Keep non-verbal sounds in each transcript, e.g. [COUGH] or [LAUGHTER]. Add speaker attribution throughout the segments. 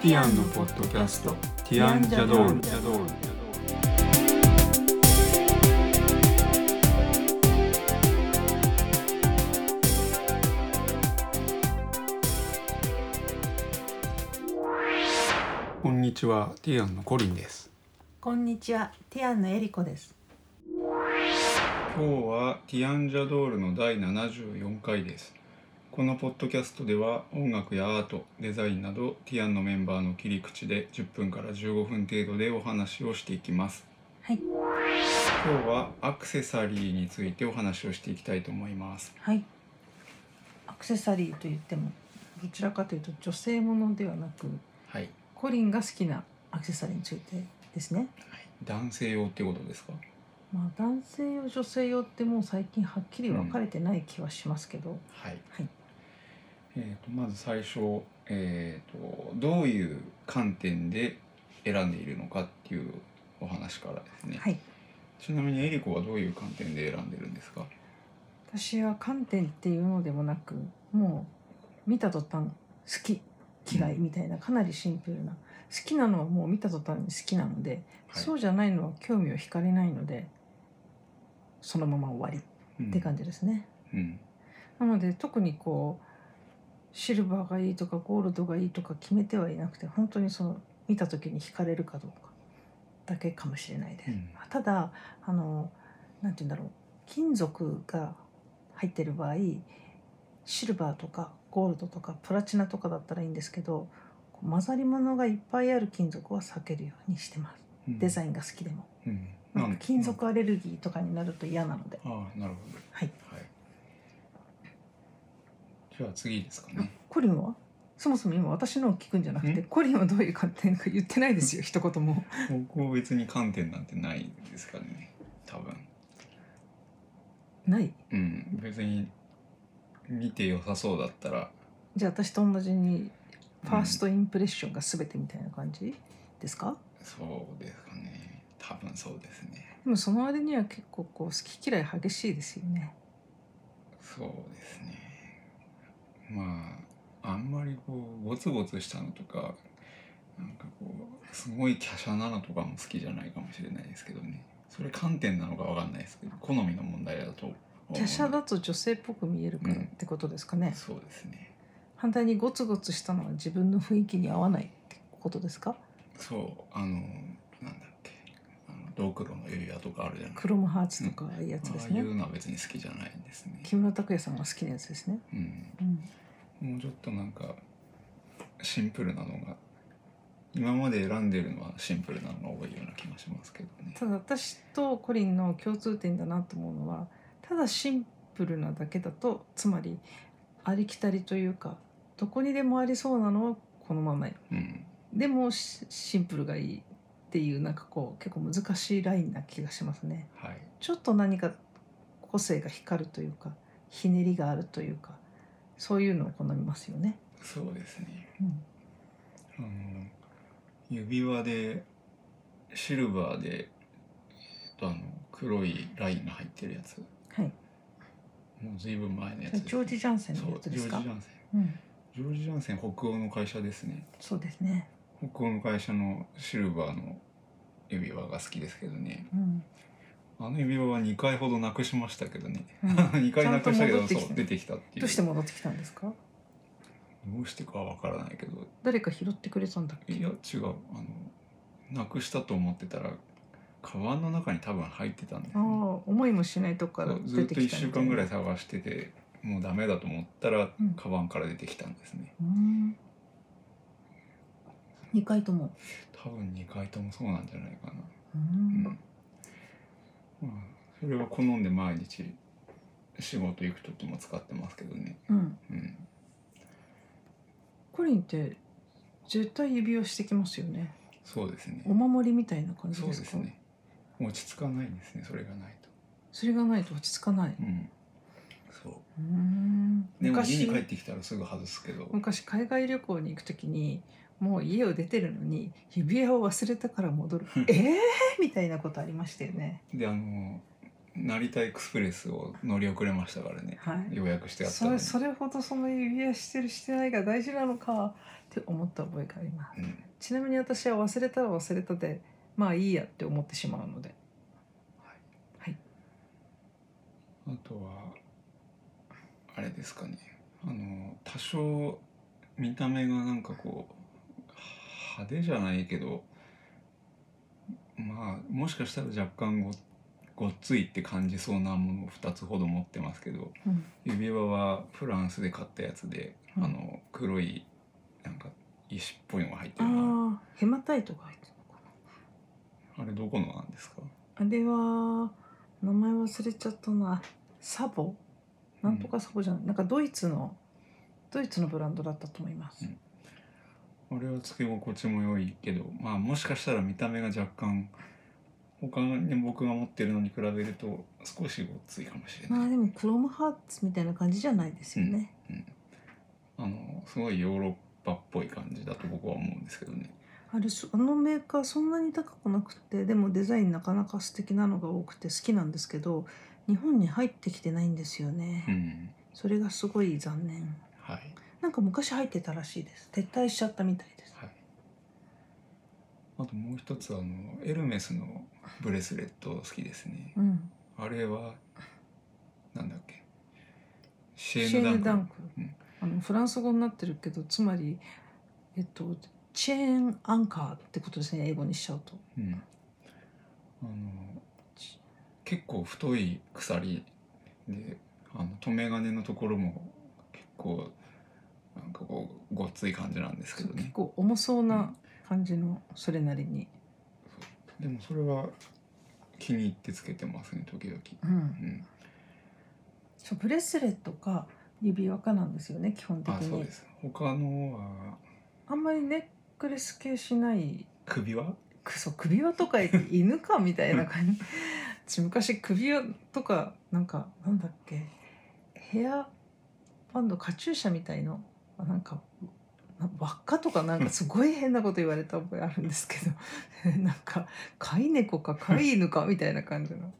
Speaker 1: ッドキャスト「ティアンジャドール」こんにちはティアンのコリンです
Speaker 2: こんにちは、ティアンのエリコです。
Speaker 1: 今日はティアンジャドールの第74回ですこのポッドキャストでは音楽やアートデザインなどティアンのメンバーの切り口で10分から15分程度でお話をしていきます
Speaker 2: はい、
Speaker 1: 今日はアクセサリーについてお話をしていきたいと思います
Speaker 2: はい。アクセサリーと言っても、どちらかというと女性ものではなく、
Speaker 1: はい
Speaker 2: コリンが好きなアクセサリーについてですね。
Speaker 1: 男性用ってことですか
Speaker 2: まあ男性用女性用ってもう最近はっきり分かれてない気はしますけど、
Speaker 1: はい、
Speaker 2: はい
Speaker 1: えー、とまず最初、えー、とどういう観点で選んでいるのかっていうお話からですね、
Speaker 2: はい。
Speaker 1: ちなみにエリコはどういう観点で選んでるんですか
Speaker 2: 私は観点っていうのでもなく、もう見た途端好き嫌いみたいなかなりシンプルな好きなのはもう見た途端に好きなので、そうじゃないのは興味を惹かれないのでそのまま終わり
Speaker 1: うん
Speaker 2: って感じですね。
Speaker 1: うん
Speaker 2: なので特にこうシルバーがいいとかゴールドがいいとか決めてはいなくて本当にその見た時に惹かれるかどうかだけかもしれないです。
Speaker 1: うん
Speaker 2: ただあのなんて言うんだろう金属が入ってる場合シルバーとかゴールドとかプラチナとかだったらいいんですけどこう混ざり物がいっぱいある金属は避けるようにしてます。
Speaker 1: うん、
Speaker 2: デザ
Speaker 1: イ
Speaker 2: インが好きでも、
Speaker 1: ン、うん、
Speaker 2: なんか金
Speaker 1: あ
Speaker 2: 属アレルギーとかになると嫌なので、
Speaker 1: あーなるほど
Speaker 2: はい、
Speaker 1: はいじゃあ次ですかね
Speaker 2: コリンはそもそも今私のを聞くんじゃなくて
Speaker 1: ん
Speaker 2: コリンはどういう観点か言ってないですよ一言も
Speaker 1: 僕は別に観点なんてないですからね多分
Speaker 2: ない
Speaker 1: うん別に見て良さそうだったら
Speaker 2: じゃあ私と同じにファーストインプレッションが全てみたいな感じですか、
Speaker 1: そうですかね多分そうですね
Speaker 2: でもその割には結構こう好き嫌い激しいですよね
Speaker 1: そうですねまああんまりこうゴツゴツしたのとかなんかこうすごい華奢なのとかも好きじゃないかもしれないですけどねそれ観点なのかわかんないですけど好みの問題だと思う
Speaker 2: 華奢だと女性っぽく見えるからってことですかね、
Speaker 1: そうですね
Speaker 2: 反対にゴツゴツしたのは自分の雰囲気に合わないってことですか
Speaker 1: そうあのなんだっけあのドクロの指輪とかあるじゃない
Speaker 2: クロムハーツとかああいうやつです
Speaker 1: ああい
Speaker 2: ね、
Speaker 1: うのは別に好きじゃないんですね
Speaker 2: 木村拓哉さんが好きなやつですね。
Speaker 1: うん
Speaker 2: うん、
Speaker 1: もうちょっとなんかシンプルなのが今まで選んでるのはシンプルなのが多いような気がしますけどね。
Speaker 2: ただ私とコリンの共通点だなと思うのはただシンプルなだけだとつまりありきたりというかどこにでもありそうなのはこのまま
Speaker 1: うん、
Speaker 2: でもしシンプルがいいっていうなんかこう結構難しいラインな気がしますね。
Speaker 1: はい、
Speaker 2: ちょっと何か個性が光るというかひねりがあるというかそういうのを好みますよね。
Speaker 1: そうですね。
Speaker 2: うん、
Speaker 1: あの指輪でシルバーで、えっと、あの黒いラインが入ってるやつ、
Speaker 2: はい。
Speaker 1: もうずいぶん前のやつ
Speaker 2: じゃあジョージ・ジャンセン
Speaker 1: そ
Speaker 2: のや
Speaker 1: う
Speaker 2: つ
Speaker 1: ジ
Speaker 2: で
Speaker 1: ョ
Speaker 2: す
Speaker 1: ー
Speaker 2: か
Speaker 1: ジジャンセ
Speaker 2: うん、
Speaker 1: ン。ジョージジャンセン北欧の会社ですね。
Speaker 2: そうですね。
Speaker 1: 北欧の会社のシルバーの指輪が好きですけどね。
Speaker 2: うん。
Speaker 1: あの指輪は2回ほどなくしましたけどね、
Speaker 2: う
Speaker 1: [LAUGHS]
Speaker 2: ん
Speaker 1: 2回なくしたけど
Speaker 2: ちゃんと戻ってきて
Speaker 1: そう出てきたっていう
Speaker 2: どうして戻ってきたんですか。
Speaker 1: どうしてかは分からないけど
Speaker 2: 誰か拾ってくれたんだっけ。
Speaker 1: いや違うあのなくしたと思ってたらカバンの中に多分入ってたんです
Speaker 2: ああ、
Speaker 1: ね
Speaker 2: 思いもしないとこから
Speaker 1: そうず
Speaker 2: 出
Speaker 1: ってと
Speaker 2: き
Speaker 1: 1
Speaker 2: た
Speaker 1: 週
Speaker 2: みたい
Speaker 1: 間ぐ
Speaker 2: な
Speaker 1: らい。探しててもうダメだと思ったら、
Speaker 2: うん
Speaker 1: カバンから出てきたんですね
Speaker 2: うん。二回とも。
Speaker 1: 多分2回ともそうなんじゃないかな
Speaker 2: う
Speaker 1: うん
Speaker 2: ん。、
Speaker 1: まあ、それは好んで毎日仕事行く時も使ってますけどね
Speaker 2: うん。
Speaker 1: うん
Speaker 2: コリンって。絶対指輪してきますよね。
Speaker 1: そうですね
Speaker 2: お守りみたいな感じ
Speaker 1: そう
Speaker 2: で
Speaker 1: です
Speaker 2: か。
Speaker 1: すね。落ち着かないんですね。それがないと。
Speaker 2: それがないと落ち着かない。
Speaker 1: うん。そう。
Speaker 2: うん。
Speaker 1: でも家
Speaker 2: 昔
Speaker 1: に帰ってきたらすぐ外すけど。
Speaker 2: 昔海外旅行に行くときに。もう家を出てるのに指輪を忘れたから
Speaker 1: [LAUGHS]
Speaker 2: 戻るえー、みたいなことありましたよね
Speaker 1: であの成田エクスプレスを乗り遅れましたからね。
Speaker 2: はい
Speaker 1: 予約してあった
Speaker 2: そ
Speaker 1: のに。
Speaker 2: れそれほどその指輪してるしてないが大事なのかって思った覚えがあります
Speaker 1: うん。
Speaker 2: ちなみに私は忘れたら忘れたでまあいいやって思ってしまうので
Speaker 1: あとはあれですかねあの多少見た目がなんかこう派手じゃないけどまあもしかしたら若干ごごっついって感じそうなものを2つほど持ってますけど
Speaker 2: うん
Speaker 1: 指輪はフランスで買ったやつで、
Speaker 2: うん
Speaker 1: あの黒いなんか石っぽいのが入ってるな
Speaker 2: ああヘマタイトが入ってるのか
Speaker 1: あれどこのなんですか
Speaker 2: なあれは名前忘れちゃったなサボなんとかサボじゃない、なんかドイツのドイツのブランドだったと思います、
Speaker 1: うんあれはつけ心地も良いけどまあもしかしたら見た目が若干他に僕が持ってるのに比べると少しごっついかもしれ
Speaker 2: ま
Speaker 1: な
Speaker 2: あ
Speaker 1: い、
Speaker 2: でもクロムハーツみたいな感じじゃないですよね、
Speaker 1: あのすごいヨーロッパっぽい感じだと僕は思うんですけどね
Speaker 2: あれそあのメーカーそんなに高くなくてでもデザインなかなか素敵なのが多くて好きなんですけど日本に入ってきてないんですよね、
Speaker 1: うん
Speaker 2: それがすごい残念
Speaker 1: はい
Speaker 2: なんか昔入ってたらしいです撤退しちゃったみたいです
Speaker 1: はいあともう一つあのエルメスのブレスレット好きですね
Speaker 2: うん
Speaker 1: あれはなんだっけシ
Speaker 2: シ
Speaker 1: ェー
Speaker 2: ェー
Speaker 1: ヌダ
Speaker 2: ヌ・ダ
Speaker 1: ン
Speaker 2: ン
Speaker 1: ク
Speaker 2: ク、あのフランス語になってるけどつまりえっとチェーンアンカーってことですね英語にしちゃうと
Speaker 1: うんあのち結構太い鎖であの留め金のところも結構なんかこうごっつい感じなんですけど
Speaker 2: 結
Speaker 1: ね
Speaker 2: 構重そう
Speaker 1: う
Speaker 2: なん感じのそれなりに、
Speaker 1: でもそれは気に入ってつけてますね時々、
Speaker 2: うん、
Speaker 1: うん、
Speaker 2: そうブレスレットか指輪かなんですよね基本的
Speaker 1: あそう
Speaker 2: に
Speaker 1: です他のは
Speaker 2: あんまりネックレス系しない
Speaker 1: 首輪
Speaker 2: くそ首輪とか言って犬かみたいな感じ [LAUGHS] 私昔首輪とかなんかなんだっけヘアバンドカチューシャみたいのなんかな輪っかとかなんかすごい変なこと言われた覚えあるんですけど [LAUGHS] なんか飼い猫か飼い犬かみたいな感じの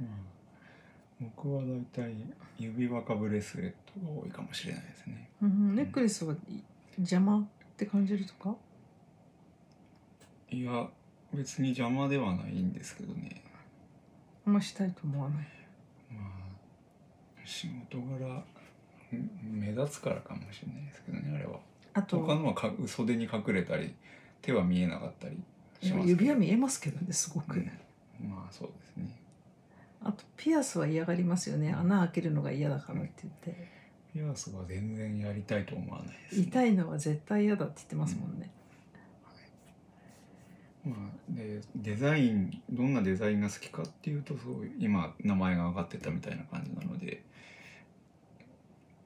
Speaker 1: うん僕は大体指輪かブレスレットが多いかもしれないですね
Speaker 2: うんネックレスはい邪魔って感じるとか
Speaker 1: いや別に邪魔ではないんですけどね
Speaker 2: あんましたいと思わない
Speaker 1: まあ仕事柄うん目立つからかもしれないですけどねあれは
Speaker 2: あと
Speaker 1: 他のはか袖に隠れたり手は見えなかったりしますけど
Speaker 2: 指輪見えますけどねすごく、
Speaker 1: うんまあそうですね
Speaker 2: あとピアスは嫌がりますよね穴開けるのが嫌だからって言って。
Speaker 1: ピアスは全然やりたいと思わないです、ね、
Speaker 2: 痛いのは絶対嫌だって言ってますもんね。
Speaker 1: まあ、でデザインどんなデザインが好きかっていうとそう今名前が上がってたみたいな感じなので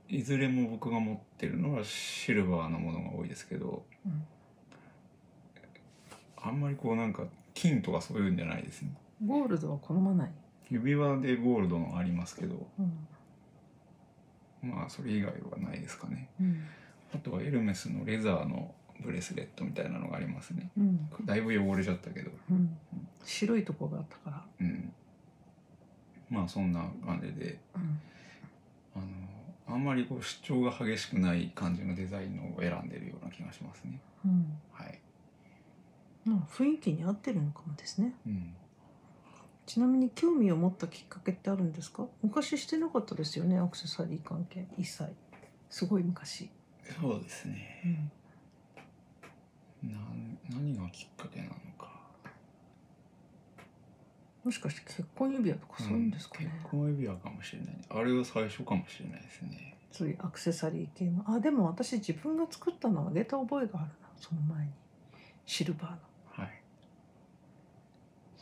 Speaker 1: いずれも僕が持ってるのはシルバーのものが多いですけど
Speaker 2: うん
Speaker 1: あんまりこうなんか金とかそういうんじゃないですね
Speaker 2: ゴールドは好まない。
Speaker 1: 指輪でゴールドのありますけど
Speaker 2: うん
Speaker 1: まあそれ以外はないですかね
Speaker 2: うん
Speaker 1: あとはエルメスのレザーのブレスレットみたいなのがありますね
Speaker 2: うん
Speaker 1: だいぶ汚れちゃったけど
Speaker 2: うん白いとこがあったから。
Speaker 1: うんまあそんな感じで
Speaker 2: うん
Speaker 1: あのあんまりこう主張が激しくない感じのデザインを選んでるような気がしますね。
Speaker 2: うん
Speaker 1: はい。
Speaker 2: まあ雰囲気に合ってるのかもですね。
Speaker 1: うん。
Speaker 2: ちなみに興味を持ったきっかけってあるんですか昔してなかったですよねアクセサリー関係一切すごい昔、
Speaker 1: そうですね。
Speaker 2: うん、
Speaker 1: なん何がきっかけなのか。
Speaker 2: もしかして結婚指輪とかそういうんですかね、
Speaker 1: 結婚指輪かもしれない。あれが最初かもしれないですね。
Speaker 2: そういうアクセサリー系のあでも私自分が作ったのはあげた覚えがあるなその前にシルバーの
Speaker 1: はい。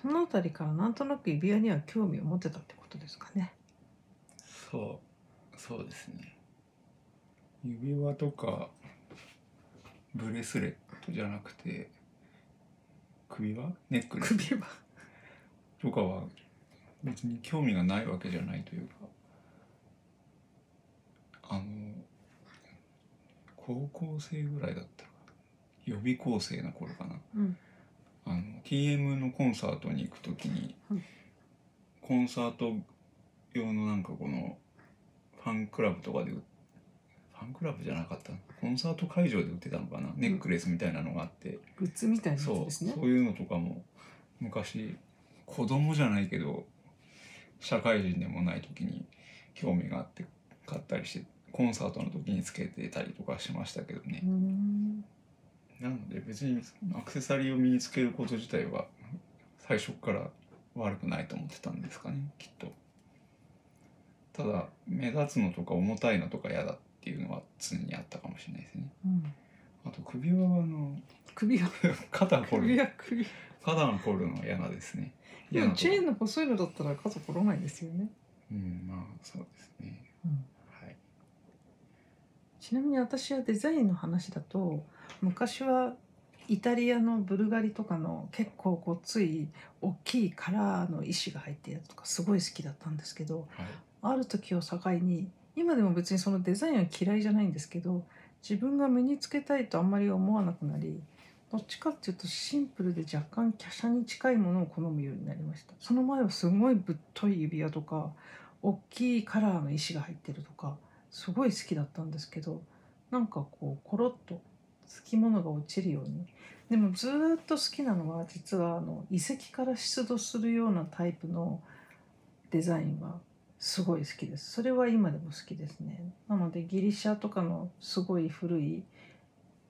Speaker 2: そのあたりからなんとなく指輪には興味を持ってたってことですかね。
Speaker 1: そう。そうですね。指輪とかブレスレットじゃなくて首輪ネックレス
Speaker 2: 首は。
Speaker 1: とかは別に興味がないわけじゃないというかあの高校生ぐらいだったかな予備校生の頃かな
Speaker 2: うん。
Speaker 1: あの TM のコンサートに行くときに、
Speaker 2: うん
Speaker 1: コンサート用のなんかこのファンクラブとかで売ファンクラブじゃなかったコンサート会場で売ってたのかな、ネックレスみたいなのがあって
Speaker 2: グッズみたいなやつ
Speaker 1: そう
Speaker 2: ですね
Speaker 1: そういうのとかも昔子供じゃないけど社会人でもない時に興味があって買ったりしてコンサートの時につけてたりとかしましたけどね
Speaker 2: うー、ん
Speaker 1: なので別にアクセサリーを身につけること自体は最初から悪くないと思ってたんですかねきっとただ目立つのとか重たいのとか嫌だっていうのは常にあったかもしれないですね
Speaker 2: うん
Speaker 1: あと首輪はあの
Speaker 2: 首は
Speaker 1: 肩凝
Speaker 2: 首
Speaker 1: る
Speaker 2: は首
Speaker 1: 肩が凝るのは嫌なですね
Speaker 2: で
Speaker 1: 嫌な
Speaker 2: も
Speaker 1: とこ
Speaker 2: チェーンの細いのだったら数来らないですよね、
Speaker 1: うんまあそうですね
Speaker 2: うん、
Speaker 1: はい
Speaker 2: ちなみに私はデザインの話だと昔はイタリアのブルガリとかの結構ごつい大きいカラーの石が入ってるやつとかすごい好きだったんですけど
Speaker 1: はい
Speaker 2: ある時を境に今でも別にそのデザインは嫌いじゃないんですけど自分が身につけたいとあんまり思わなくなりどっちかっていうとシンプルで若干華奢に近いものを好むようになりましたその前はすごいぶっとい指輪とか大きいカラーの石が入ってるとかすごい好きだったんですけどなんかこうコロッとつきものが落ちるようにでもずーっと好きなのは実はあの遺跡から出土するようなタイプのデザインはすごい好きですそれは今でも好きですねなのでギリシャとかのすごい古い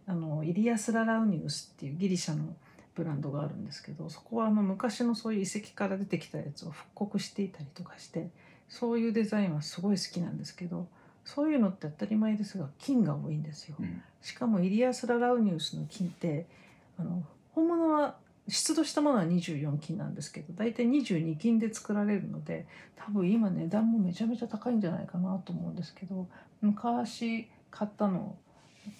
Speaker 2: あのイリアス・ララウニウスっていうギリシャのブランドがあるんですけどそこはあの昔のそういう遺跡から出てきたやつを復刻していたりとかしてそういうデザインはすごい好きなんですけどそういうのって当たり前ですが金が多いんですよ。
Speaker 1: うん
Speaker 2: しかもイリアス・ララウニウスの金ってあの本物は出土したものは24金なんですけど大体22金で作られるので多分今値段もめちゃめちゃ高いんじゃないかなと思うんですけど昔買ったのを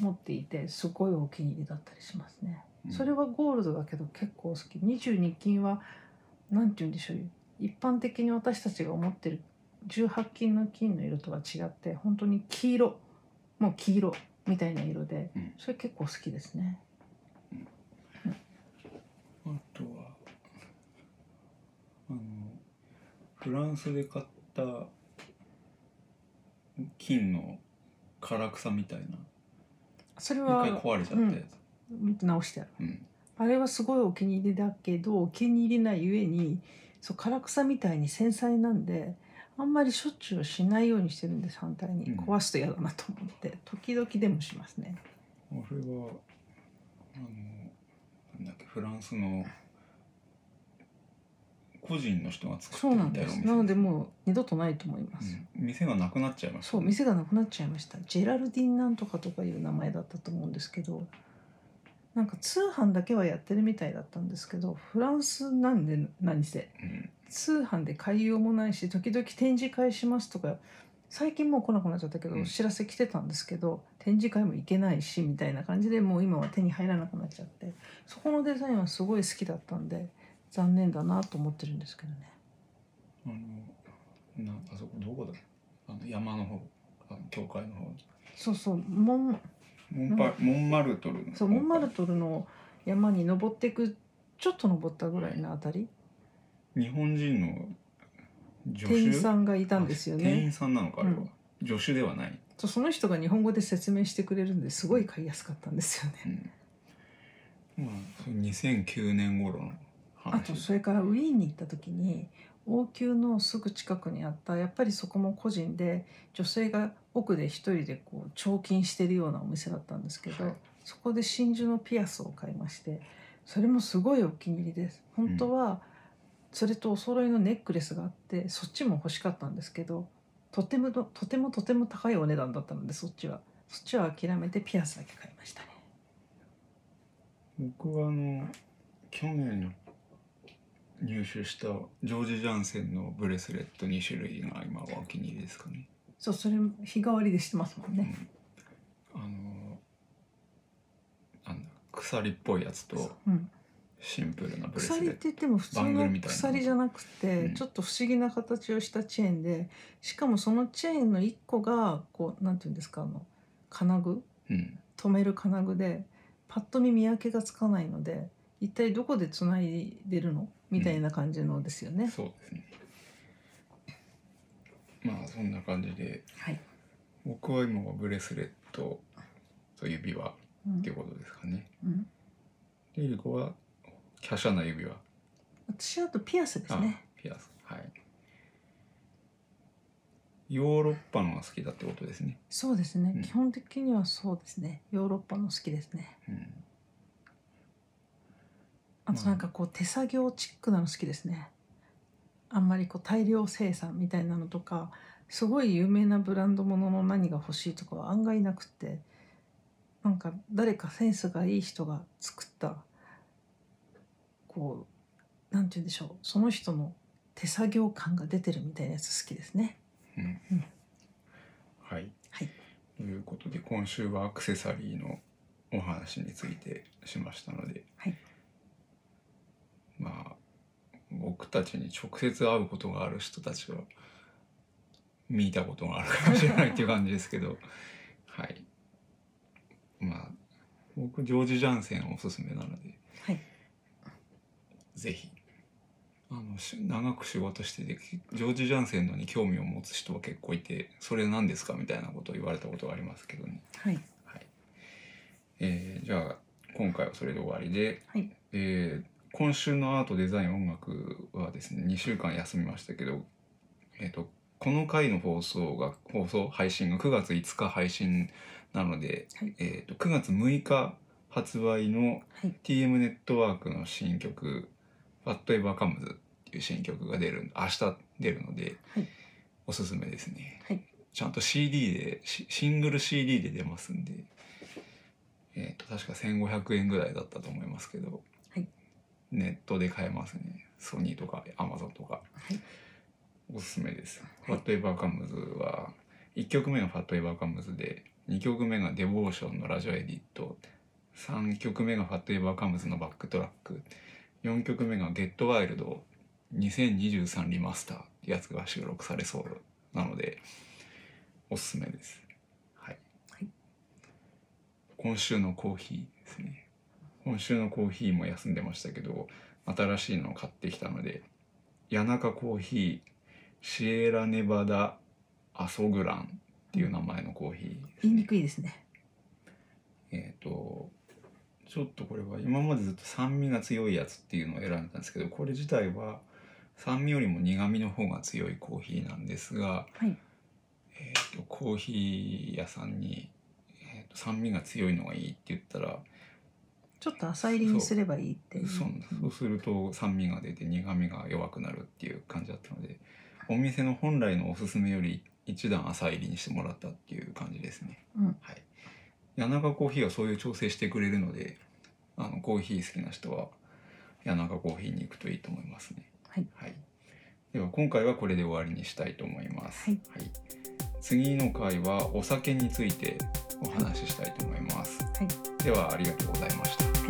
Speaker 2: 持っていてすごいお気に入りだったりしますね。
Speaker 1: うん
Speaker 2: それはゴールドだけど結構好き22金は何て言うんでしょう一般的に私たちが思ってる18金の金の色とは違って本当に黄色もう黄色みたいな色で、
Speaker 1: うん
Speaker 2: それ結構好きですね
Speaker 1: あとはあのフランスで買った金の唐草みたいな
Speaker 2: それ
Speaker 1: 一回
Speaker 2: は
Speaker 1: 壊れちゃったやつ、
Speaker 2: 直してある
Speaker 1: うん
Speaker 2: あれはすごいお気に入りだけどお気に入りなゆえにそう唐草みたいに繊細なんであんまりしょっちゅうしないようにしてるんです反対に、
Speaker 1: うん
Speaker 2: 壊すと嫌だなと思って時々でもしますね
Speaker 1: 俺はあのなんだっけフランスの個人の人が作
Speaker 2: そ
Speaker 1: っ
Speaker 2: う
Speaker 1: て
Speaker 2: ないん
Speaker 1: た
Speaker 2: で
Speaker 1: よ
Speaker 2: す
Speaker 1: う
Speaker 2: なので
Speaker 1: 店
Speaker 2: もう二度とないと思います、
Speaker 1: うん店がなくなっちゃいました
Speaker 2: そう
Speaker 1: ね、
Speaker 2: 店がなくなっちゃいましたジェラルディンなんとかとかいう名前だったと思うんですけどなんか通販だけはやってるみたいだったんですけどフランスなんで何せ
Speaker 1: うん
Speaker 2: 通販で買いようもないし時々展示会しますとか最近もう来なくなっちゃったけど、
Speaker 1: うん
Speaker 2: お知らせ来てたんですけど展示会も行けないしみたいな感じでもう今は手に入らなくなっちゃってそこのデザインはすごい好きだったんで残念だなと思ってるんですけどね
Speaker 1: あのなあそこどこだあの山の方あの教会の方
Speaker 2: そうそうモン
Speaker 1: モンパ、モンマルトルの
Speaker 2: そうモンマルトルの山に登っていくちょっと登ったぐらいのあたり、
Speaker 1: 日本人の助
Speaker 2: 店員
Speaker 1: 手
Speaker 2: さんがいたんです
Speaker 1: あ
Speaker 2: よ
Speaker 1: 店
Speaker 2: ね
Speaker 1: 員さんなのかあれは、
Speaker 2: うん
Speaker 1: 助手ではない、
Speaker 2: そうその人が日本語で説明してくれるんですごい買いやすかったんですよね
Speaker 1: うんまあ、そう2009年頃の
Speaker 2: あ
Speaker 1: 話
Speaker 2: とそれからウィーンに行った時に王宮のすぐ近くにあったやっぱりそこも個人で女性が奥で一人でこう彫金してるようなお店だったんですけど、
Speaker 1: はい
Speaker 2: そこで真珠のピアスを買いましてそれもすごいお気に入りです本当はそれとお揃いのネックレスがあってそっちも欲しかったんですけどとてもどとてもとても高いお値段だったのでそっちはそっちは諦めてピアスだけ買いましたね
Speaker 1: 僕はあの去年入手したジョージ・ジャンセンのブレスレット2種類が今はお気に入りですかね
Speaker 2: そうそれも日替わりでしてますもんね
Speaker 1: あのあんな鎖っぽいやつと
Speaker 2: うん
Speaker 1: シンプルなブレス
Speaker 2: 鎖
Speaker 1: レッ
Speaker 2: って
Speaker 1: ト
Speaker 2: 言っても普通
Speaker 1: バングル
Speaker 2: の
Speaker 1: みたいな
Speaker 2: 鎖じゃなくて、
Speaker 1: うん
Speaker 2: ちょっと不思議な形をしたチェーンでしかもそのチェーンの1個がこうなんていうんですかあの金具
Speaker 1: うん
Speaker 2: 止める金具でパッと見見分けがつかないので一体どこでつないでるのみたいな感じのですよね。
Speaker 1: そうですねまあそんな感じで
Speaker 2: はい、
Speaker 1: 僕は今はブレスレッとと指輪っ
Speaker 2: うん
Speaker 1: ていうことですかね。
Speaker 2: うん
Speaker 1: でゆり子は華奢な指輪。
Speaker 2: 私はあとピアスです
Speaker 1: あ、
Speaker 2: ね
Speaker 1: ピアス。はい。ヨーロッパのが好きだってことですね。
Speaker 2: そうですね、
Speaker 1: うん
Speaker 2: 基本的にはそうですねヨーロッパの好きですね
Speaker 1: うん。
Speaker 2: あとなんかこう手作業チックなの好きですねあんまりこう大量生産みたいなのとかすごい有名なブランドものの何が欲しいとかは案外なくってなんか誰かセンスがいい人が作ったこうなんて言うんでしょうその人の手作業感が出てるみたいなやつ好きですね
Speaker 1: うん
Speaker 2: うん
Speaker 1: はい。
Speaker 2: はい
Speaker 1: ということで今週はアクセサリーのお話についてしましたので、
Speaker 2: はい
Speaker 1: まあ僕たちに直接会うことがある人たちは見たことがあるかもしれないっていう感じですけどはいまあ僕ジョージ・ジャンセンおすすめなので
Speaker 2: はい
Speaker 1: ぜひあのし長く仕事しててきジョージ・ジャンセンのに興味を持つ人は結構いて「それ何ですか?」みたいなことを言われたことがありますけどね、
Speaker 2: はい
Speaker 1: はいえーじゃあ今回はそれで終わりで、
Speaker 2: はい
Speaker 1: えー今週のアートデザイン音楽はですね2週間休みましたけど、えー、とこの回の放送が放送配信が9月5日配信なので、
Speaker 2: はい
Speaker 1: えー、と9月6日発売の
Speaker 2: はい
Speaker 1: TM ネットワークの新曲「Whatever Comes」っていう新曲が出る明日出るので、
Speaker 2: はい
Speaker 1: おすすめですね、
Speaker 2: はい
Speaker 1: ちゃんと CD でシシングル CD で出ますんでえっ、と確か1500円ぐらいだったと思いますけど、
Speaker 2: はい
Speaker 1: ネットで買えますねソニーとか Amazon とか
Speaker 2: はい
Speaker 1: おすすめです「
Speaker 2: はい
Speaker 1: Whatever Comes」は1曲目が「Whatever Comes」で2曲目が「デボーションのラジオエディット」3曲目が「Whatever Comes」のバックトラック4曲目が「Get Wild」2023リマスターってやつが収録されそうなのでおすすめですはい、
Speaker 2: はい
Speaker 1: 今週のコーヒーですね今週のコーヒーも休んでましたけど新しいのを買ってきたので谷中コーヒーシエラネバダアソグランっていう名前のコーヒーです
Speaker 2: 言い
Speaker 1: ね
Speaker 2: にくいですね
Speaker 1: えっ、とちょっとこれは今までずっと酸味が強いやつっていうのを選んでたんですけどこれ自体は酸味よりも苦味の方が強いコーヒーなんですが、
Speaker 2: はい
Speaker 1: えー、とコーヒー屋さんに、えーと酸味が強いのがいいって言ったら、
Speaker 2: ちょっと浅入りにすればいいっていう
Speaker 1: そうそうすると酸味が出て苦味が弱くなるっていう感じだったのでお店の本来のおすすめより一段浅入りにしてもらったっていう感じですね。
Speaker 2: うん
Speaker 1: はい、谷中コーヒーはそういう調整してくれるのであのコーヒー好きな人は谷中コーヒーに行くといいと思いますね。
Speaker 2: はい
Speaker 1: では今回はこれで終わりにしたいと思います。
Speaker 2: はい
Speaker 1: 次の回はお酒についてお話ししたいと思います。
Speaker 2: はい
Speaker 1: ではありがとうございました。